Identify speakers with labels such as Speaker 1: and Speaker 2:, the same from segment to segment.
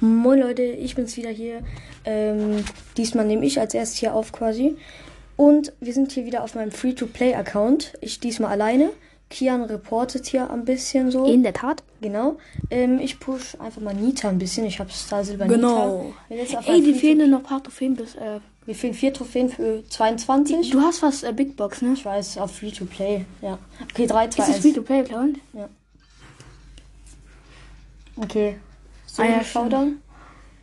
Speaker 1: Leute, ich bin's wieder hier. Ähm, diesmal nehme ich als erstes hier auf quasi. Und wir sind hier wieder auf meinem Free-to-Play-Account. Ich diesmal alleine. Kian reportet hier ein bisschen so.
Speaker 2: In der Tat.
Speaker 1: Genau. Ähm, ich push einfach mal Nita ein bisschen. Ich habe Star Silber
Speaker 2: Genau.
Speaker 1: Nita. Bin jetzt auf
Speaker 2: Ey,
Speaker 1: meinem
Speaker 2: die
Speaker 1: Free-
Speaker 2: fehlen noch ein paar Trophäen bis. Äh,
Speaker 1: Mir fehlen vier Trophäen für 22.
Speaker 2: du hast fast äh, Big Box, ne?
Speaker 1: Ich weiß, auf Free-to-Play. Ja. Okay, 3, 2,
Speaker 2: Ist das Free
Speaker 1: 1.
Speaker 2: to Play Account?
Speaker 1: Okay. So,
Speaker 2: Ah ja,
Speaker 1: Showdown.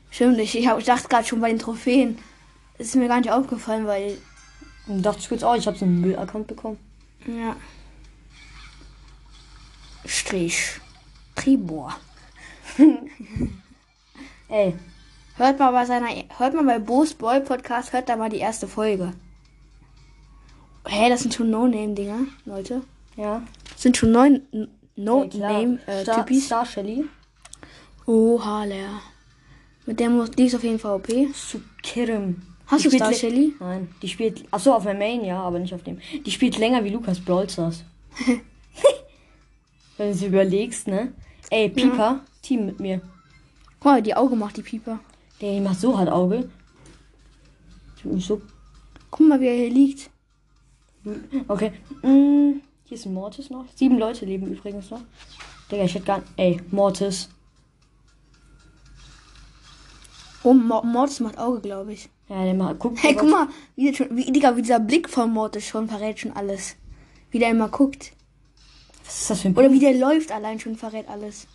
Speaker 2: Stimmt, ich, ich, hab, ich dachte gerade schon bei den Trophäen. Es ist mir gar nicht aufgefallen, weil.
Speaker 1: Dachte ich kurz, oh, ich habe so einen Müll-Account bekommen.
Speaker 2: Ja. Strich. Tribor.
Speaker 1: Ey,
Speaker 2: Hört mal bei seiner. Hört mal bei Bo's Boy Podcast, hört da mal die erste Folge. Hä, hey, das sind schon No-Name-Dinger, Leute.
Speaker 1: ja.
Speaker 2: Das sind schon neun äh,
Speaker 1: Ja, klar. Star,
Speaker 2: No-Name-Typis.
Speaker 1: Star Shelly.
Speaker 2: Oha, leer. Oh, Mit der muss. Die ist auf jeden Fall OP.
Speaker 1: Sukirim.
Speaker 2: Hast
Speaker 1: Die
Speaker 2: du
Speaker 1: spielt
Speaker 2: Star
Speaker 1: le-
Speaker 2: Shelly?
Speaker 1: Nein, die spielt. Achso, auf meinem Main, ja, aber nicht auf dem. Die spielt länger wie Lukas Brawlstars. Wenn du es überlegst, ne? Ey, Pieper, Team mit mir.
Speaker 2: Guck mal, die Augen macht die Pieper.
Speaker 1: Der die macht so hart Auge. Tut mich so.
Speaker 2: Guck mal, wie er hier liegt.
Speaker 1: Okay. Mm, hier ist ein Mortis noch. Sieben Leute leben übrigens noch. Digga, ich hätte gar nicht. Ey, Mortis.
Speaker 2: Oh, Mo- Mortis macht Auge, glaube ich.
Speaker 1: Ja, der macht. Guck,
Speaker 2: Hey, guck mal, wie, der schon, wie, Digga, wie dieser Blick von Mortis schon verrät schon alles. Wie der immer guckt.
Speaker 1: Was ist das für ein.
Speaker 2: Oder wie der läuft allein schon verrät alles.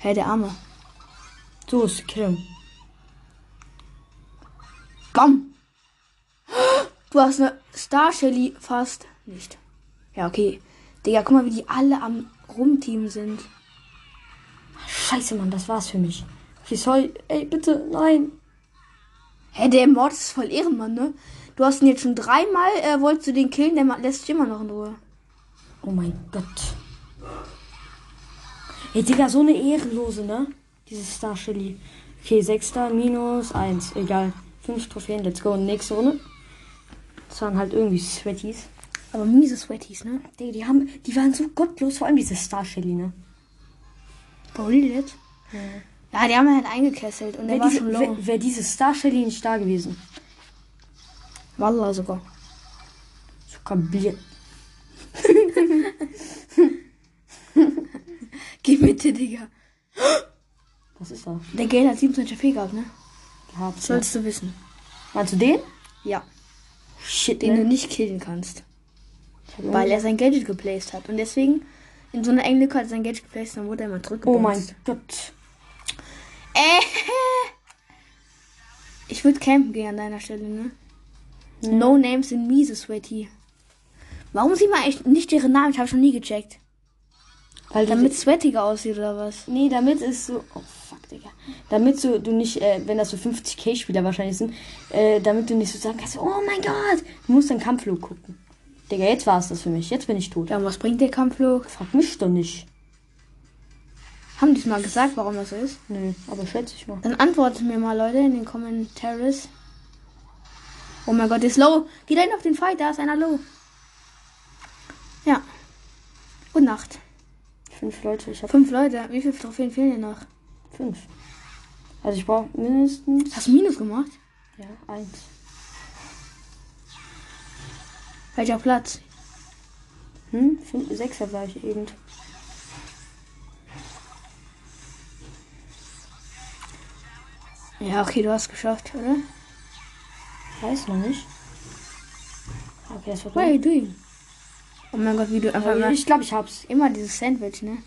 Speaker 2: Hä, der Arme.
Speaker 1: So, Sukirim.
Speaker 2: Bam! Du hast eine Star Shelly fast nicht. Ja, okay. Digga, guck mal, wie die alle am Rumteam sind.
Speaker 1: Scheiße, Mann, das war's für mich. Wie soll. Ey, bitte, nein.
Speaker 2: Hä, der Mord ist voll Ehrenmann, ne? Du hast ihn jetzt schon dreimal, äh, wolltest du den killen, der ma- lässt dich immer noch in Ruhe.
Speaker 1: Oh mein Gott. Ey, Digga, so eine Ehrenlose, ne? Dieses Star Shelly. Okay, sechster minus eins. Egal. Fünf Trophäen, let's go. Nächste Runde. Das waren halt irgendwie Sweaties.
Speaker 2: Aber miese Sweaties, ne?
Speaker 1: Digga, die haben. Die waren so gottlos, vor allem diese Star Shelly, ne?
Speaker 2: Bullet. Ja, die haben halt eingekesselt und der
Speaker 1: Wäre
Speaker 2: war
Speaker 1: diese,
Speaker 2: schon low.
Speaker 1: wär, wär diese Star Shelly nicht da gewesen.
Speaker 2: Wallah sogar.
Speaker 1: Sogar Bier.
Speaker 2: Geh bitte, Digga.
Speaker 1: Was ist das?
Speaker 2: Der Gale hat 27 HP gehabt, ne?
Speaker 1: Herz. ne?
Speaker 2: Sollst du wissen.
Speaker 1: Meinst du den?
Speaker 2: Ja.
Speaker 1: Shit,
Speaker 2: Den
Speaker 1: ne?
Speaker 2: du nicht killen kannst.
Speaker 1: Ich hab irgendwie-
Speaker 2: Weil er sein Gadget geplaced hat. Und deswegen, in so einer engen Lücke hat er sein Gadget geplaced, dann wurde er immer
Speaker 1: Oh
Speaker 2: zurückgebombt.
Speaker 1: mein Gott.
Speaker 2: Äh. Ich würde campen gehen an deiner Stelle, ne? No Names sind miese Sweaty. Warum sieht man echt nicht deren Namen? Ich habe schon nie gecheckt.
Speaker 1: Weil du-
Speaker 2: Damit sweatiger aussieht oder was?
Speaker 1: Nee, damit ist so. Oh fuck, Digga. Damit so du nicht, äh, wenn das so 50k-Spieler wahrscheinlich sind, äh, damit du nicht so sagen kannst, oh mein Gott, du musst dann Kampflog gucken. Digga, jetzt war es das für mich. Jetzt bin ich tot.
Speaker 2: Ja, und was bringt der Kampfflug?
Speaker 1: Frag mich doch nicht.
Speaker 2: Haben die es mal gesagt, warum das so ist?
Speaker 1: Nö, aber schätze ich mal.
Speaker 2: Dann antwortet mir mal, Leute, in den Commentaries. Oh mein Gott, der ist low. Geh da hin auf den Fight, da ist einer low. Ja. Gute Nacht.
Speaker 1: Fünf Leute, ich hab
Speaker 2: Fünf Leute. Wie viele Trophäen fehlen dir noch?
Speaker 1: fünf. Also ich brauche mindestens.
Speaker 2: Hast du Minus gemacht?
Speaker 1: Ja, eins.
Speaker 2: Welcher Platz?
Speaker 1: Hm? Fünf, sechser war ich eben.
Speaker 2: Ja, okay, du hast geschafft, oder?
Speaker 1: Weiß noch nicht. Okay, das war
Speaker 2: What are
Speaker 1: dumm.
Speaker 2: you doing? Oh mein Gott, wie du einfach
Speaker 1: Äh,
Speaker 2: immer,
Speaker 1: Ich glaube, ich hab's.
Speaker 2: immer dieses Sandwich, ne?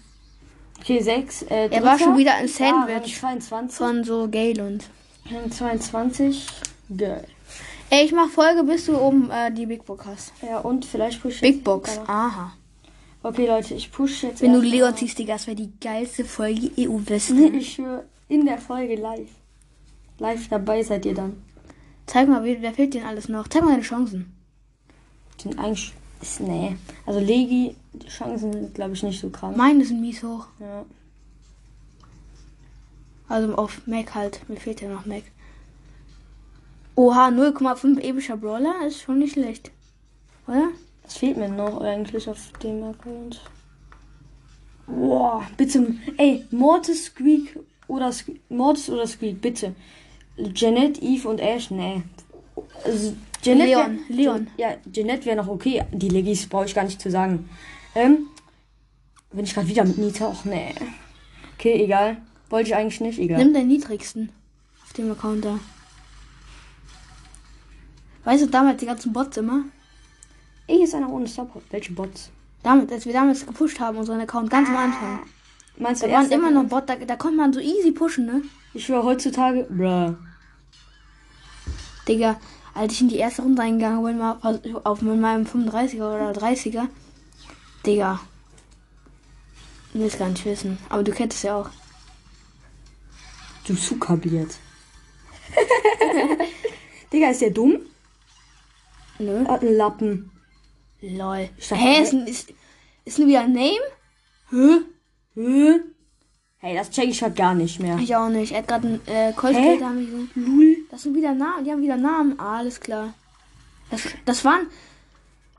Speaker 1: Okay, sechs. Äh,
Speaker 2: Er war
Speaker 1: Dritter.
Speaker 2: schon wieder ein
Speaker 1: Ja, Rang
Speaker 2: Sandwich
Speaker 1: 22.
Speaker 2: von so Gaylund.
Speaker 1: Rang 22. Geil.
Speaker 2: Ey, ich mach Folge, bis du oben äh, die Big Box hast.
Speaker 1: Ja, und vielleicht push ich
Speaker 2: Big
Speaker 1: jetzt
Speaker 2: Box,
Speaker 1: weiter.
Speaker 2: aha.
Speaker 1: Okay, Leute, ich push jetzt.
Speaker 2: Wenn du
Speaker 1: erst
Speaker 2: Leon ziehst, Digga, das wäre die geilste Folge
Speaker 1: mal.
Speaker 2: EU-Westen.
Speaker 1: Ich schwöre, in der Folge live. Live dabei seid ihr dann.
Speaker 2: Zeig mal, wer, wer fehlt denn alles noch? Zeig mal deine Chancen.
Speaker 1: Sind eigentlich. Ist, nee. Also, Legi, die Chancen sind, glaube ich, nicht so krank.
Speaker 2: Meine sind mies hoch.
Speaker 1: Ja.
Speaker 2: Also auf Mac halt. Mir fehlt ja noch Mac. Oha, 0,5 epischer Brawler ist schon nicht schlecht. Oder?
Speaker 1: Was fehlt mir noch eigentlich auf dem Account? Boah, bitte. Ey, Mortis, Squeak oder Sque- Mortis oder Squeak, bitte. Janet, Eve und Ash, nee. Also, Janet
Speaker 2: Leon,
Speaker 1: wär-
Speaker 2: Leon.
Speaker 1: Ja, Janet wäre noch okay. Die Legis brauche ich gar nicht zu sagen. Ähm, wenn ich gerade wieder mit Nita, och nee. Okay, egal. Wollte ich eigentlich nicht, egal.
Speaker 2: Nimm den niedrigsten auf dem Account da. Weißt du, damals die ganzen Bots immer?
Speaker 1: Ey, hier ist einer ohne Support. Welche Bots?
Speaker 2: Damit, als wir damals gepusht haben, unseren Account ganz am Anfang.
Speaker 1: Meinst du,
Speaker 2: Da waren
Speaker 1: erster-
Speaker 2: immer noch Bot, da, da konnte man so easy pushen, ne?
Speaker 1: Ich höre heutzutage, bruh.
Speaker 2: Digga, als ich in die erste Runde eingegangen bin, mal auf, auf mit meinem 35er oder 30er. Digga. Willst gar nicht wissen. Aber du kennst es ja auch.
Speaker 1: Du zukabiert. Digga, ist der dumm?
Speaker 2: Nö.
Speaker 1: Hat einen Lappen.
Speaker 2: ne? Lol.
Speaker 1: sag-
Speaker 2: Hä, ist, ein- ist, ist nur wieder ein Name? Hä?
Speaker 1: Hä? Hey, das check ich halt gar nicht mehr.
Speaker 2: Ich auch nicht. Er hat gerade einen äh,
Speaker 1: Hä?
Speaker 2: Callsplitter, haben die gesagt.
Speaker 1: Lul.
Speaker 2: Das sind wieder Namen. Die haben wieder Namen. Ah, alles klar. Das, das waren.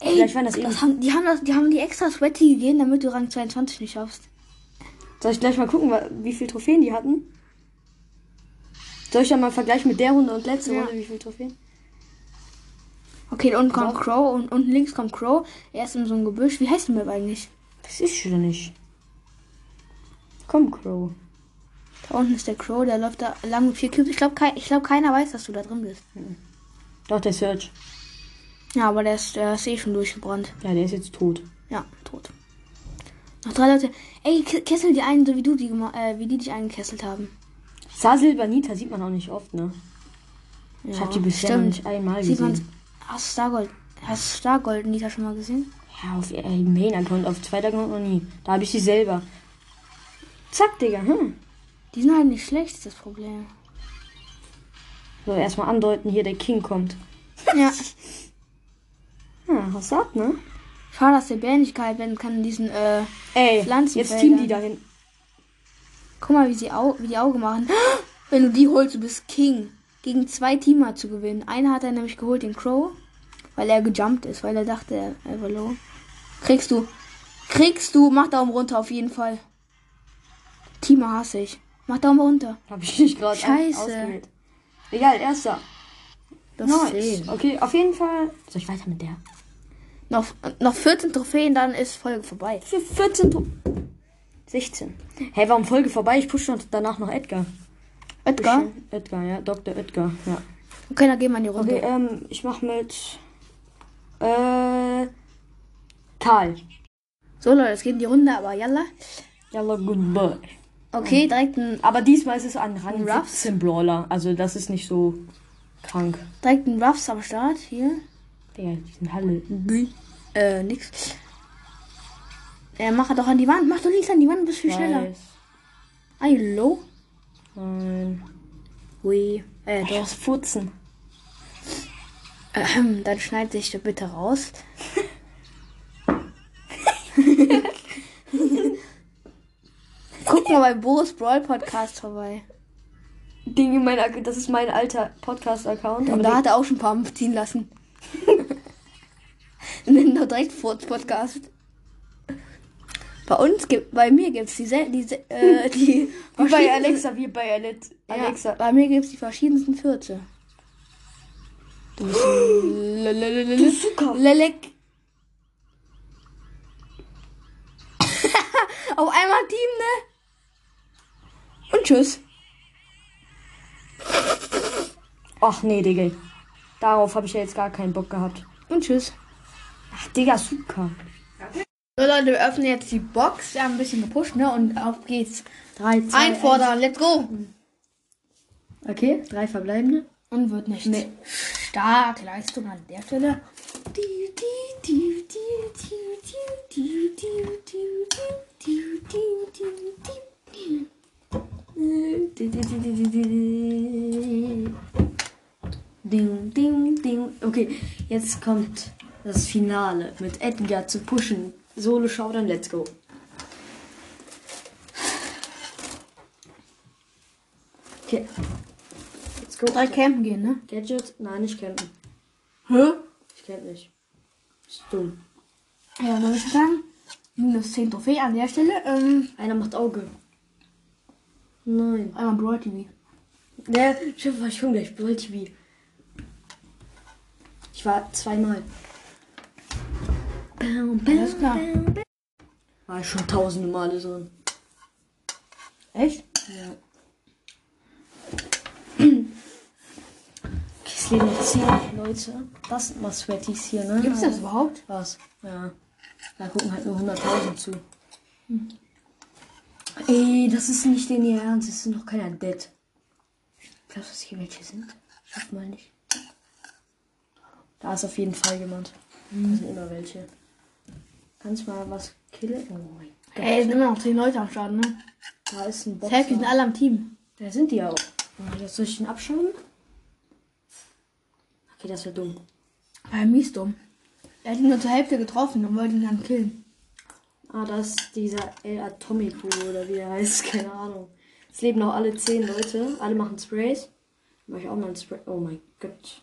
Speaker 2: Ey,
Speaker 1: Vielleicht waren das eben-
Speaker 2: haben, die, haben das, die haben die extra Sweaty gegeben, damit du Rang 22 nicht schaffst.
Speaker 1: Soll ich gleich mal gucken, wa- wie viele Trophäen die hatten? Soll ich dann mal vergleichen mit der Runde und letzte
Speaker 2: Ja.
Speaker 1: Runde, wie viele Trophäen?
Speaker 2: Okay, da unten kommt Crow und unten links kommt Crow. Er ist in so einem Gebüsch. Wie heißt die Map eigentlich?
Speaker 1: Das ist schon nicht. Komm, Crow.
Speaker 2: Da unten ist der Crow, der läuft da lang mit vier Cubes. Ich glaube, ich glaub, keiner weiß, dass du da drin bist.
Speaker 1: Doch, der Search.
Speaker 2: Ja, aber der ist, der ist eh schon durchgebrannt.
Speaker 1: Ja, der ist jetzt tot.
Speaker 2: Ja, tot. Noch drei Leute. Ey, ke- kessel die einen, so wie du die gema- äh, wie die dich eingekesselt haben.
Speaker 1: Sasel Banita sieht man auch nicht oft, ne? Ich hab die bisher noch nicht einmal
Speaker 2: Sieht man.
Speaker 1: gesehen.
Speaker 2: Hast du Stargold? Hast du Stargold Nita schon mal gesehen?
Speaker 1: Ja, auf äh, Main-Account, auf zweiter Account noch nie. Da habe ich sie selber. Zack, Digga. Hm.
Speaker 2: Die sind halt nicht schlecht, ist das Problem.
Speaker 1: So, erstmal andeuten, hier der King kommt.
Speaker 2: ja.
Speaker 1: Ja, was sagt, ne?
Speaker 2: Schade, dass der Bär nicht gehalten werden kann in diesen, äh.
Speaker 1: Ey,
Speaker 2: Pflanzenfelder.
Speaker 1: jetzt Team die dahin.
Speaker 2: Guck mal, wie, sie Au wie die Augen machen. Wenn du die holst, du bist King. Gegen zwei Teamer zu gewinnen. Einer hat er nämlich geholt, den Crow, weil er gejumpt ist, weil er dachte, er, er war low. Kriegst du. Kriegst du. Mach Daumen runter auf jeden Fall. Teamer hasse ich. Mach Daumen runter.
Speaker 1: Hab ich nicht gerade
Speaker 2: Scheiße.
Speaker 1: ausgewählt. Egal, erster.
Speaker 2: Das
Speaker 1: Nice.
Speaker 2: zählt.
Speaker 1: Okay, auf jeden Fall. Soll ich weiter mit der?
Speaker 2: Noch, noch 14 Trophäen, dann ist Folge vorbei.
Speaker 1: Für 14 Pro 16. Hey, warum Folge vorbei? Ich pushe noch- danach noch Edgar.
Speaker 2: Edgar?
Speaker 1: Schön. Edgar, ja. Dr. Edgar, ja.
Speaker 2: Okay, dann gehen wir in die Runde.
Speaker 1: Okay, ähm, ich mach mit. Äh. Karl.
Speaker 2: So, Leute, es geht in die Runde, aber yalla.
Speaker 1: Yalla, goodbye. Mhm.
Speaker 2: Okay, direkt ein,
Speaker 1: Aber diesmal ist es ein Rang
Speaker 2: Ruff?
Speaker 1: 17 Brawler. Also, das ist nicht so krank.
Speaker 2: direkt ein Ruffs am Start. Hier.
Speaker 1: Digga, die sind Halle.
Speaker 2: Äh, nix. Äh, mach er doch an die Wand. Mach doch links an die Wand, bist viel schneller.
Speaker 1: Weiß.
Speaker 2: Are you low?
Speaker 1: Nein.
Speaker 2: Ui. Äh,
Speaker 1: Ich
Speaker 2: doch.
Speaker 1: muss furzen.
Speaker 2: Ahem, ähm, Dann schneid dich da bitte raus. Guck mal bei Boris Brawl Podcast vorbei.
Speaker 1: Dinge, mein, Ac- das ist mein alter Podcast-Account.
Speaker 2: Und da hat er auch schon ein paar ziehen lassen. Nenn doch direkt Furz Podcast. Bei uns gibt, bei mir gibt's die, sel- die, se- äh,
Speaker 1: wie
Speaker 2: die
Speaker 1: bei
Speaker 2: verschiedensten-
Speaker 1: Alexa, wie bei Alit. Alexa.
Speaker 2: Ja, bei mir gibt es die verschiedensten Fürze.
Speaker 1: Du bist ein Zucker.
Speaker 2: Lelek. Auf einmal Team, ne? Und tschüss.
Speaker 1: Ach nee, Digga. Darauf habe ich ja jetzt gar keinen Bock gehabt.
Speaker 2: Und tschüss.
Speaker 1: Ach, Digga, Zucker.
Speaker 2: So Leute, wir öffnen jetzt die Box. Wir haben ein bisschen gepusht, ne? Und auf geht's.
Speaker 3: Drei, zwei,
Speaker 2: Einfordern, let's go.
Speaker 3: eins. Okay, drei verbleibende.
Speaker 2: Und wird nicht. Nee.
Speaker 3: Starke Leistung an der Stelle. Ding, ding, ding. Okay, jetzt kommt das Finale mit Edgar zu pushen. Solo Showdown, let's go. Okay. Let's go.
Speaker 2: Direkt campen gehen, ne?
Speaker 3: Gadget? Nein, ich campen.
Speaker 2: Hä?
Speaker 3: Ich camp nicht. Ist dumm.
Speaker 2: Ja, dann würde ich sagen, minus 10 Trophäe an der Stelle. Ähm,
Speaker 3: Einer macht Auge.
Speaker 1: Nein.
Speaker 2: Einmal Brawl TV.
Speaker 1: Der Schiff war schon gleich Brawl TV. Ich war zweimal. Bam, bam,
Speaker 2: Alles klar.
Speaker 1: bam, bam. War ich schon tausende Male drin.
Speaker 2: Echt?
Speaker 1: Ja. Es leben jetzt zehn Leute. Das sind mal Sweaties hier, ne?
Speaker 2: Gibt's das überhaupt?
Speaker 1: Was? Ja. Da gucken halt nur 100.000 zu. Ey, das ist nicht den ihr Ernst. Es ist noch keiner dead. Glaubst du, dass hier welche sind? Ich hoffe mal nicht. Da ist auf jeden Fall jemand. Da sind immer welche. Kannst mal was killen? Oh mein Gott.
Speaker 2: Ey, es sind immer noch 10 Leute am Start, ne?
Speaker 1: Da ist ein
Speaker 2: Safe, die sind
Speaker 1: Boxer.
Speaker 2: alle am Team.
Speaker 1: Da sind die auch. Oh, das soll ich den abschauen? Okay, das wäre dumm.
Speaker 2: Bei mies dumm. Er hat ihn nur zur Hälfte getroffen und wollte ihn dann killen.
Speaker 1: Ah, das ist dieser El Atomico oder wie er heißt, keine Ahnung. Es leben noch alle zehn Leute, alle machen Sprays. Mach ich auch mal ein Spray. Oh mein Gott.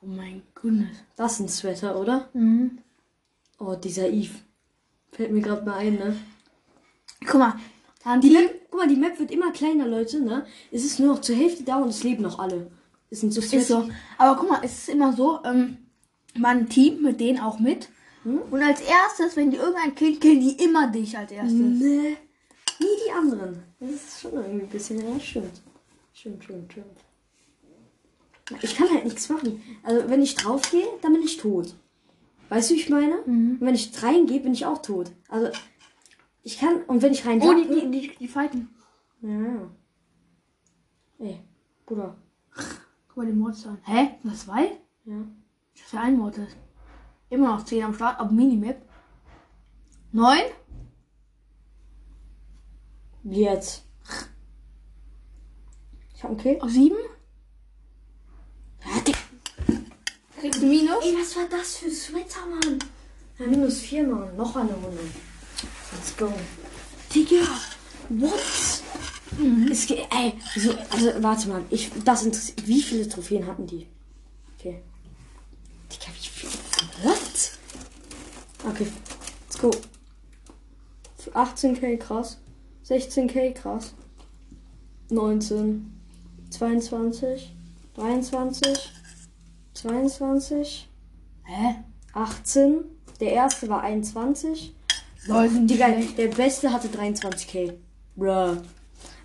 Speaker 2: Oh mein Goodness.
Speaker 1: Das ist ein Sweater, oder?
Speaker 2: Mhm.
Speaker 1: Oh, dieser Eve. Fällt mir gerade mal ein, ne?
Speaker 2: Guck mal, da haben
Speaker 1: Die
Speaker 2: die.
Speaker 1: Map, guck mal, die Map wird immer kleiner, Leute, ne? Es ist nur noch zur Hälfte da und es leben noch alle. Es sind so Sweater.
Speaker 2: Ist so. Aber guck mal, es ist immer so, ähm, man teamt mit denen auch mit. Und als erstes, wenn die irgendeinen killen, killen die immer dich als erstes.
Speaker 1: Ne. Nie die anderen. Das ist schon irgendwie ein bisschen. Ja, stimmt. Stimmt, stimmt, stimmt. Na, Ich kann halt nichts machen. Also, wenn ich draufgehe, dann bin ich tot. Weißt du, wie ich meine? Und wenn ich reingehe, bin ich auch tot. Also, ich kann. Und wenn ich rein.
Speaker 2: Oh, die, die, die, die fighten.
Speaker 1: ja. Ey, Bruder.
Speaker 2: Guck mal den Mords an. Hä? Was zwei?
Speaker 1: Ja.
Speaker 2: Das ist ja ein Mord. ist. Immer noch 10 am Start, auf Minimap. 9?
Speaker 1: Jetzt. Ich hab einen Kill.
Speaker 2: Auf 7?
Speaker 1: Ja, Dick.
Speaker 2: Kriegst du Minus?
Speaker 1: Ey, was war das für ein Sweater, Mann? Ja, minus vier, Mann. Noch eine Runde. Let's go. Digga, what? Es geht, ey, so, also, warte mal. Ich, das interessiert, wie viele Trophäen hatten die? Okay. Digga, wie viele? What? Okay, let's go. 18k, krass. 16k, krass. 19, 22, 23, 22,
Speaker 2: Hä?
Speaker 1: 18. Der erste war 21.
Speaker 2: Lol, sind die
Speaker 1: Digga,
Speaker 2: schlecht.
Speaker 1: der beste hatte 23k. Bruh.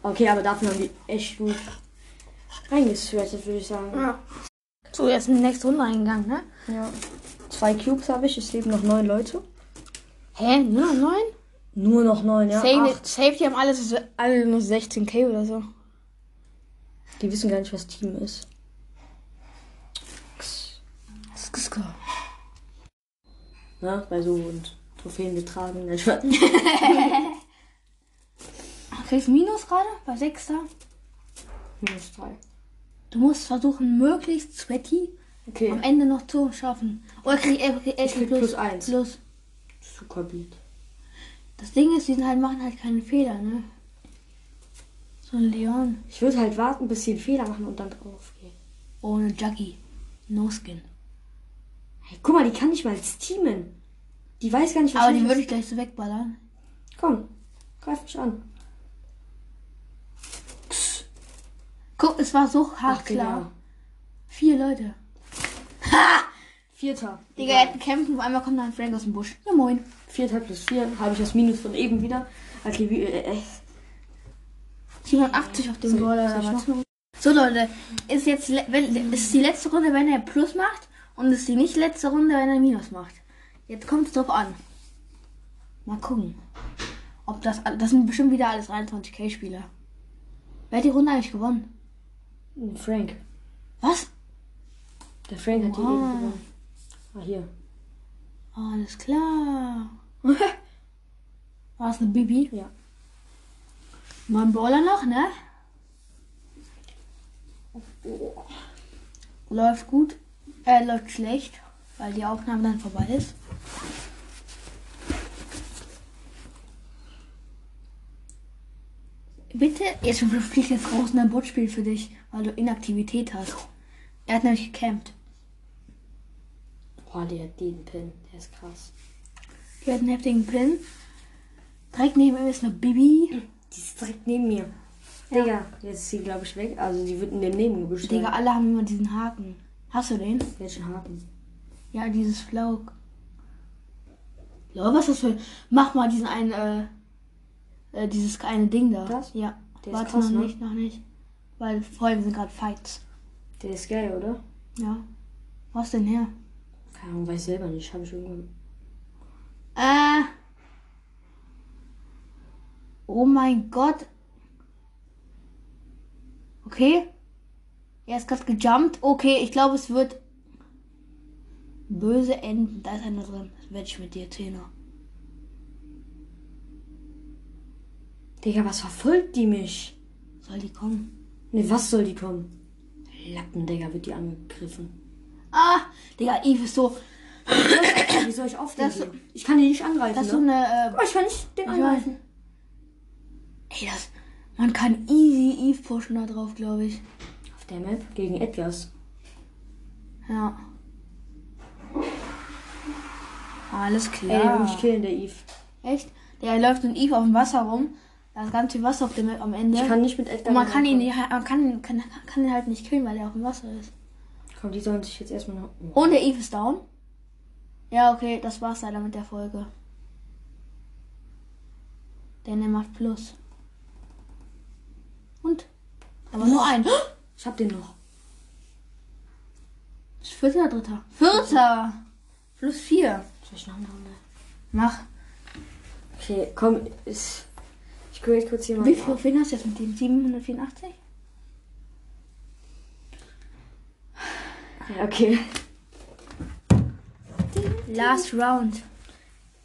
Speaker 1: Okay, aber dafür haben die echt gut reingesweatet, würde ich sagen.
Speaker 2: Ja. So, jetzt in die nächste Runde eingegangen, ne?
Speaker 1: Ja. Zwei Cubes habe ich, es leben noch neun Leute.
Speaker 2: Hä? Nur noch 9?
Speaker 1: Nur noch neun, ja.
Speaker 2: Safe,
Speaker 1: Acht.
Speaker 2: safe, die haben alles, also alle nur 16k oder so.
Speaker 1: Die wissen gar nicht, was Team ist. Ne? Bei so und Trophäen betragen. Ne? Spaß.
Speaker 2: Kriegst du Minus gerade? Bei 6
Speaker 1: Minus drei.
Speaker 2: Du musst versuchen, möglichst sweaty am
Speaker 1: Okay.
Speaker 2: Ende noch zu schaffen. Oder krieg er krieg, er-
Speaker 1: Ich krieg
Speaker 2: plus,
Speaker 1: plus eins.
Speaker 2: Plus.
Speaker 1: Super Beat.
Speaker 2: Das Ding ist, die sind halt, machen halt keine Fehler, ne? So ein Leon
Speaker 1: Ich würde halt warten, bis sie einen Fehler machen und dann drauf gehen.
Speaker 2: ohne Jackie. No Skin.
Speaker 1: Hey, guck mal, die kann nicht mal teamen. Die weiß gar nicht,
Speaker 2: Aber die
Speaker 1: ich-
Speaker 2: würde ich gleich so wegballern.
Speaker 1: Komm, greif mich an.
Speaker 2: Guck, es war so hart klar. Vier Leute.
Speaker 1: Vierter.
Speaker 2: Digga, er hat kämpfen, auf einmal kommt dann Frank aus dem Busch. Ja moin.
Speaker 1: Vierter plus vier habe ich das Minus von eben wieder. Okay, wie, äh, äh,
Speaker 2: 87 auf dem
Speaker 1: Soll-
Speaker 2: Ball
Speaker 1: soll
Speaker 2: oder
Speaker 1: ich
Speaker 2: was? So Leute, ist jetzt le- wenn, ist die letzte Runde, wenn er Plus macht und ist die nicht letzte Runde, wenn er Minus macht. Jetzt kommt es drauf an. Mal gucken. Ob das all- das sind bestimmt wieder alles 23k Spieler. Wer hat die Runde eigentlich gewonnen?
Speaker 1: Frank.
Speaker 2: Was?
Speaker 1: Der Frank hat die
Speaker 2: Wow.
Speaker 1: eben gewonnen. Ah, hier.
Speaker 2: Alles klar. War es eine Bibi?
Speaker 1: Ja.
Speaker 2: Mein Brawler noch, ne? Läuft gut. Äh, läuft schlecht, weil die Aufnahme dann vorbei ist. Bitte, jetzt fliegt jetzt raus und ein Bot spielt für dich, weil du Inaktivität hast. Er hat nämlich gecampt.
Speaker 1: Boah, der hat den Pin. Der ist krass.
Speaker 2: Die hat einen heftigen Pin. Direkt neben ihm ist eine Bibi.
Speaker 1: Die ist direkt neben mir. Digga, jetzt ist sie, glaube ich, weg. Also die wird in dem Nebengebüsch
Speaker 2: Digga,
Speaker 1: sein.
Speaker 2: alle haben immer diesen Haken. Hast du den?
Speaker 1: Welchen Haken?
Speaker 2: Ja, dieses Flaug. Lol, was ist das für. Mach mal diesen einen, äh, äh dieses eine Ding da.
Speaker 1: Das?
Speaker 2: Ja.
Speaker 1: Der ist
Speaker 2: Warte
Speaker 1: krass,
Speaker 2: noch
Speaker 1: ne?
Speaker 2: nicht, noch nicht. Weil vorhin sind gerade Fights.
Speaker 1: Der ist geil, oder?
Speaker 2: Ja. Was denn her?
Speaker 1: Keine Ahnung, weiß selber nicht. Habe ich irgendwann.
Speaker 2: Äh. Oh mein Gott. Okay. Er ist gerade gejumpt. Okay, ich glaube, es wird böse enden. Da ist einer drin. Das werde ich mit dir, Zehner.
Speaker 1: Digga, was verfolgt die mich?
Speaker 2: Soll die kommen?
Speaker 1: Ne, was soll die kommen? Lappen, Digga, wird die angegriffen.
Speaker 2: Ah, Digga, Eve ist so.
Speaker 1: Wie soll ich auf den
Speaker 2: Das-
Speaker 1: gehen? Ich kann die nicht angreifen,
Speaker 2: Das ist so
Speaker 1: ne?
Speaker 2: eine.
Speaker 1: Oh, ich kann nicht den
Speaker 2: Ich weiß.
Speaker 1: angreifen.
Speaker 2: Äh, ey, das. Man kann easy Eve pushen da drauf, glaube ich.
Speaker 1: Auf der Map gegen Edgars.
Speaker 2: Ja. Alles
Speaker 1: Ey, den will
Speaker 2: klar.
Speaker 1: ich killen, der Eve.
Speaker 2: Echt? Der läuft mit Eve auf dem Wasser rum. Da ist ganz viel Wasser auf dem am Ende.
Speaker 1: Ich kann nicht mit Edgar.
Speaker 2: Ne? und man kann ihn,
Speaker 1: nicht.
Speaker 2: nicht- man kann, ihn- kann, kann ihn halt nicht killen, weil er auf dem Wasser ist.
Speaker 1: Komm, die sollen sich jetzt erstmal noch. Oh.
Speaker 2: Und der Eve ist down. Ja, okay, das war's leider mit der Folge. Denn er macht Plus. Und? Aber nur ein. Oh!
Speaker 1: Ich hab den noch.
Speaker 2: Ist Vierter, dritter. Vierter! Plus vier.
Speaker 1: Soll ich noch eine Runde?
Speaker 2: Mach.
Speaker 1: Okay, komm, ich. Ich gucke jetzt kurz jemanden.
Speaker 2: Wie viel auf wen hast du jetzt mit dem? 784?
Speaker 1: Ja, okay.
Speaker 2: Last round.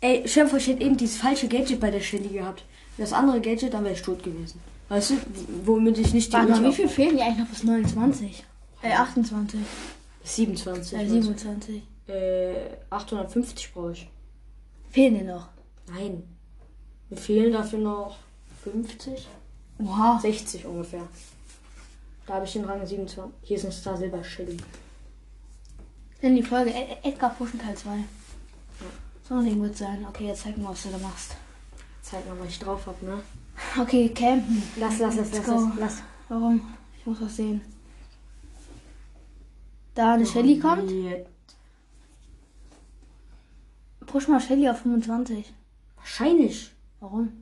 Speaker 1: Ey, Chef versteht eben dieses falsche Gadget bei der Shelly gehabt. Wenn Das andere Gadget, dann wäre ich tot gewesen. Weißt du, w- womit ich nicht die
Speaker 2: Warte mal,
Speaker 1: Ulti
Speaker 2: wie viel fehlen dir eigentlich noch bis 29? Äh, 28.
Speaker 1: auf- 27.
Speaker 2: Äh,
Speaker 1: meinst du?
Speaker 2: 27.
Speaker 1: Äh, 850 brauche ich.
Speaker 2: Fehlen dir noch?
Speaker 1: Nein. Mir fehlen dafür noch 50?
Speaker 2: Wow.
Speaker 1: 60 ungefähr. Da habe ich den Rang 27. Hier ist ein Star Silber Shelly.
Speaker 2: Denn die Folge Ed Edgar Pushen Teil 2. So ein Ding wird sein. Okay, jetzt zeig mal, was du da machst.
Speaker 1: Zeig mal, was ich drauf habe, ne?
Speaker 2: Okay, campen.
Speaker 1: Lass, lass, lass, lass,
Speaker 2: Let's go.
Speaker 1: lass, lass.
Speaker 2: Warum? Ich muss was sehen. Da eine Shelly kommt,
Speaker 1: Ja.
Speaker 2: push mal Shelly auf 25.
Speaker 1: Wahrscheinlich.
Speaker 2: Warum?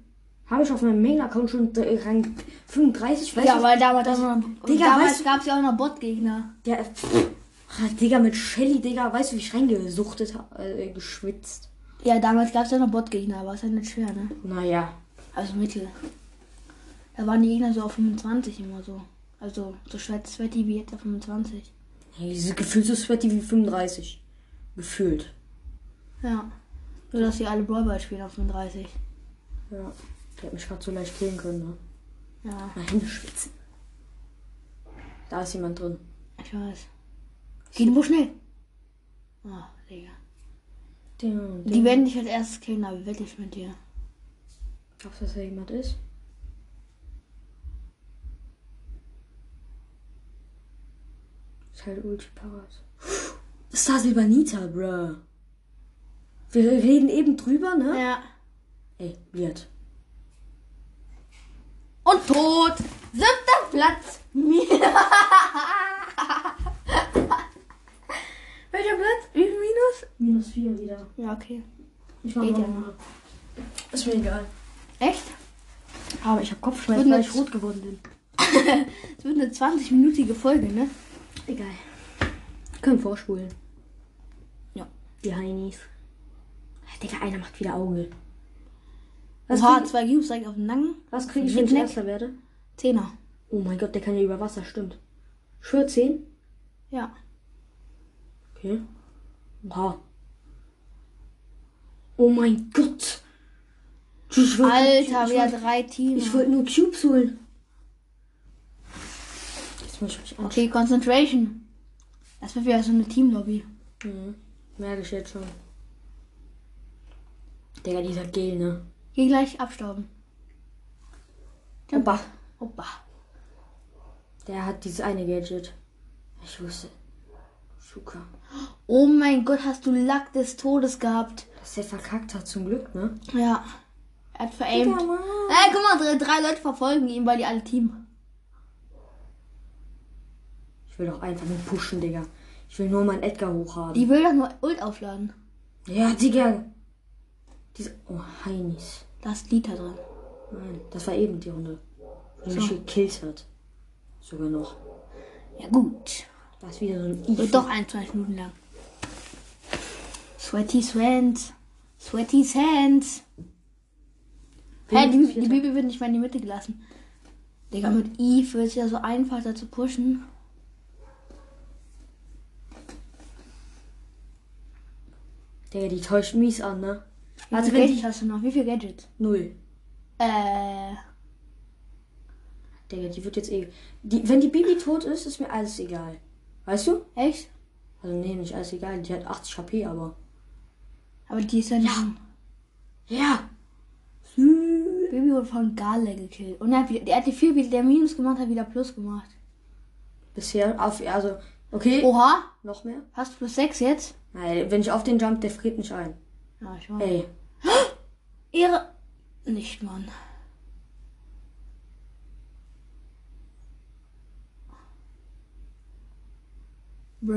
Speaker 1: Habe ich auf meinem Main-Account schon äh, Rang 35, weißt du?
Speaker 2: weil damals, auch noch,
Speaker 1: Digga,
Speaker 2: damals
Speaker 1: weißt du-
Speaker 2: gab es ja auch noch Bot-Gegner.
Speaker 1: Der, äh, pff, Ach, Digga, mit Shelly, Digga, weißt du, wie ich reingesuchtet habe, äh, geschwitzt.
Speaker 2: Ja, damals gab es ja noch Bot-Gegner, aber ist ja nicht schwer, ne?
Speaker 1: Naja.
Speaker 2: Also Mittel. Da waren die Gegner so auf 25 immer so. Also so schwer sweaty wie jetzt auf 25.
Speaker 1: Hey, diese gefühlt so sweaty wie 35. Gefühlt.
Speaker 2: Ja. Nur dass sie alle Brawlball spielen auf 35.
Speaker 1: Ja. Der hat mich gerade so leicht killen können, ne?
Speaker 2: Ja,
Speaker 1: Meine Hände schwitzen. Da ist jemand drin.
Speaker 2: ich weiß. Geht nur schnell. Oh, Digga.
Speaker 1: Ding,
Speaker 2: Die werden dich als erstes killen, aber wirklich mit dir.
Speaker 1: Glaubst du, dass da jemand ist? Ist halt ulti parat. Star Silvanita, bruh. Wir reden eben drüber, ne?
Speaker 2: Ja.
Speaker 1: Ey, weird.
Speaker 2: Und tot! Siebter Platz! Welcher Platz? Wie viel Minus?
Speaker 1: Minus 4 wieder.
Speaker 2: Ja, okay.
Speaker 1: Ich mach
Speaker 2: Geht
Speaker 1: Geht
Speaker 2: ja
Speaker 1: ja mal. Ist mir egal.
Speaker 2: Echt?
Speaker 1: Aber ich hab
Speaker 2: Wird
Speaker 1: Kopfschmerzen,
Speaker 2: nix.
Speaker 1: weil ich rot geworden bin.
Speaker 2: Es wird eine 20-minütige Folge, ne?
Speaker 1: Egal. Können vorspulen.
Speaker 2: Ja.
Speaker 1: Die Heinis. Digga, einer macht wieder Auge. Was,
Speaker 2: Oha,
Speaker 1: krieg,
Speaker 2: zwei Cubes direkt auf den Nacken.
Speaker 1: was krieg ich, wenn ich
Speaker 2: Knick.
Speaker 1: erster werde?
Speaker 2: Zehner.
Speaker 1: Oh mein Gott, der kann ja über Wasser, stimmt. Schwör 10?
Speaker 2: Ja.
Speaker 1: Okay. Oha. Oh mein Gott. Ich wollte-
Speaker 2: Alter,
Speaker 1: ich
Speaker 2: wieder
Speaker 1: wollte-
Speaker 2: drei Teams.
Speaker 1: Ich wollte nur Cubes holen. Jetzt muss ich mich anschauen.
Speaker 2: Okay, Concentration. Das wird wieder so eine Teamlobby.
Speaker 1: Mhm. Merke ich jetzt schon. Digga, dieser Gel, ne?
Speaker 2: Hier gleich abstauben.
Speaker 1: Opa.
Speaker 2: Opa.
Speaker 1: Der hat dieses eine Gadget. Ich wusste. Schuka.
Speaker 2: Oh mein Gott, hast du Lack des Todes gehabt.
Speaker 1: Dass der verkackt hat, zum Glück, ne?
Speaker 2: Ja. Er hat veraimt. Ey, guck mal, drei, drei Leute verfolgen ihn, weil die alle Team.
Speaker 1: Ich will doch einfach nur pushen, Digga. Ich will nur meinen Edgar hochhaben.
Speaker 2: Die will doch nur Ult aufladen.
Speaker 1: Ja, Digga. Diese. Oh, Heinis.
Speaker 2: Da ist Dieter drin.
Speaker 1: Nein, das war eben die Runde. Die mich gekillt hat. Sogar noch.
Speaker 2: Ja, gut.
Speaker 1: Da ist wieder so ein
Speaker 2: Wird
Speaker 1: I.
Speaker 2: doch 21 Minuten lang. Sweaty Hands. Sweaty Hands. Hä,
Speaker 1: Hey,
Speaker 2: die, die Bibi wird nicht mal in die Mitte gelassen. Digga, mit Eve wird es ja so einfach da zu pushen.
Speaker 1: Digga, die täuscht mies an, ne?
Speaker 2: Wie
Speaker 1: Also
Speaker 2: viel
Speaker 1: wenn
Speaker 2: Gadgets
Speaker 1: ich.
Speaker 2: hast du noch? Wie viel Gadgets?
Speaker 1: Null.
Speaker 2: Äh,
Speaker 1: Digga, die wird jetzt eh. Die, wenn die Bibi tot ist, ist mir alles egal. Weißt du?
Speaker 2: echt?
Speaker 1: Also, nee, nicht alles egal. Die hat 80 HP, aber.
Speaker 2: Aber die ist ja nicht. Ja.
Speaker 1: Ja!
Speaker 2: Bibi wurde von Gale gekillt. Und er hat, wieder- der hat die viel, wie der Minus gemacht hat, wieder Plus gemacht.
Speaker 1: Bisher auf. Also, okay.
Speaker 2: Oha,
Speaker 1: Noch mehr?
Speaker 2: hast plus 6 jetzt?
Speaker 1: Nein, wenn ich auf den jump, der friert mich ein.
Speaker 2: Ja, ich war.
Speaker 1: Ey.
Speaker 2: Ehre. Nicht, Mann. Bruh.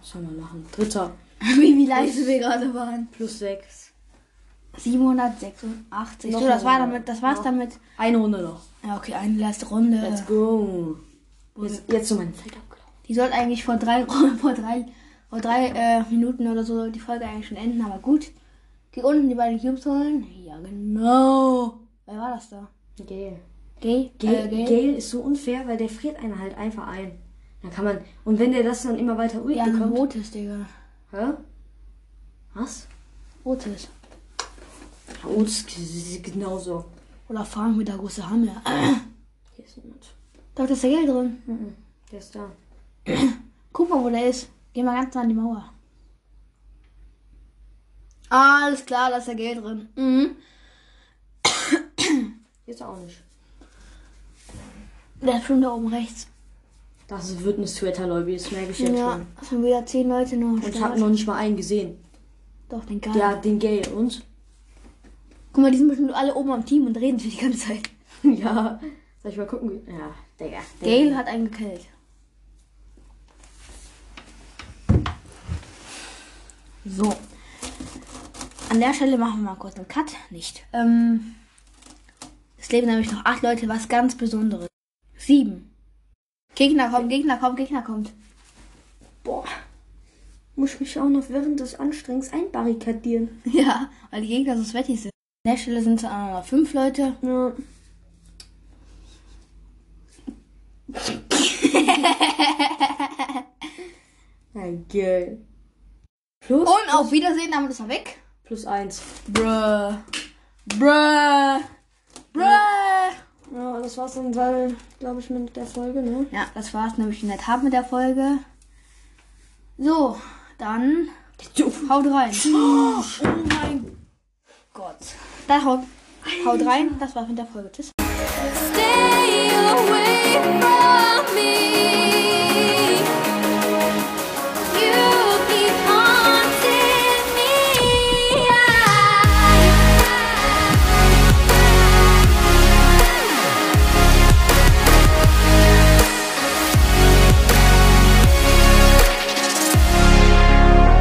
Speaker 1: Was soll man machen? Dritter.
Speaker 2: Wie, wie leise wir gerade waren.
Speaker 1: Plus 6.
Speaker 2: 786.
Speaker 1: Noch
Speaker 2: So, das war
Speaker 1: eine.
Speaker 2: damit, das war's
Speaker 1: Noch.
Speaker 2: damit.
Speaker 1: Eine Runde noch.
Speaker 2: Ja, okay, eine letzte Runde.
Speaker 1: Let's go. Jetzt, jetzt so mein Feld abgelaufen.
Speaker 2: Die sollte eigentlich vor drei, vor drei, vor drei äh, Minuten oder so sollte die Folge eigentlich schon enden, aber gut. Die unten, die beiden Cubes holen. Ja, genau. Wer war das da?
Speaker 1: Gale.
Speaker 2: Gay?
Speaker 1: Gale,
Speaker 2: Äh, Gay?
Speaker 1: Gale ist so unfair, weil der friert einen halt einfach ein. Dann kann man. Und wenn der das dann immer weiter Ult
Speaker 2: Ja, ein
Speaker 1: bekommt.
Speaker 2: rotes, Digga.
Speaker 1: Hä? Was?
Speaker 2: Rotes.
Speaker 1: Oh, das ist genauso.
Speaker 2: Oder Frank mit der großen Hammer.
Speaker 1: Hier ist niemand.
Speaker 2: Doch, da ist der Geld drin.
Speaker 1: Mhm. Der ist da.
Speaker 2: Guck mal, wo der ist. Geh mal ganz nah an die Mauer. Alles klar, da ist der Geld drin. Mhm.
Speaker 1: Hier ist er auch nicht.
Speaker 2: Der ist schon da oben rechts.
Speaker 1: Das wird eine Sweater-Lobby, das merke ich jetzt
Speaker 2: Ja,
Speaker 1: schon.
Speaker 2: es sind wieder zehn Leute nur. am
Speaker 1: Und ich
Speaker 2: Start.
Speaker 1: habe noch nicht mal einen gesehen.
Speaker 2: Doch, den Geld.
Speaker 1: Ja, den Gale und?
Speaker 2: Guck mal, die sind bestimmt alle oben am Team und reden sich die ganze Zeit.
Speaker 1: ja. Soll ich mal gucken? Ja, Digga.
Speaker 2: Gale hat einen gekillt. So. An der Stelle machen wir mal kurz einen Cut. Nicht. Ähm, es leben nämlich noch acht Leute, was ganz Besonderes. Sieben. Gegner kommt, Gegner kommt, Gegner kommt.
Speaker 1: Boah. Muss ich mich auch noch während des Anstrengens einbarrikadieren.
Speaker 2: Ja, weil die Gegner so sweaty sind. An der Stelle sind es auch noch fünf Leute.
Speaker 1: Ja. ja, geil. Plus,
Speaker 2: Und auf Wiedersehen, damit ist er weg.
Speaker 1: plus eins.
Speaker 2: Bruh. Bruh. Bruh.
Speaker 1: Ja, das war's dann, weil, glaube ich, mit der Folge, ne?
Speaker 2: Ja, das war's nämlich in der Tat mit der Folge. So, dann haut rein. Oh, mein Gott. Dann haut, haut rein. Das war's mit der Folge. Tschüss.
Speaker 4: Stay away from me.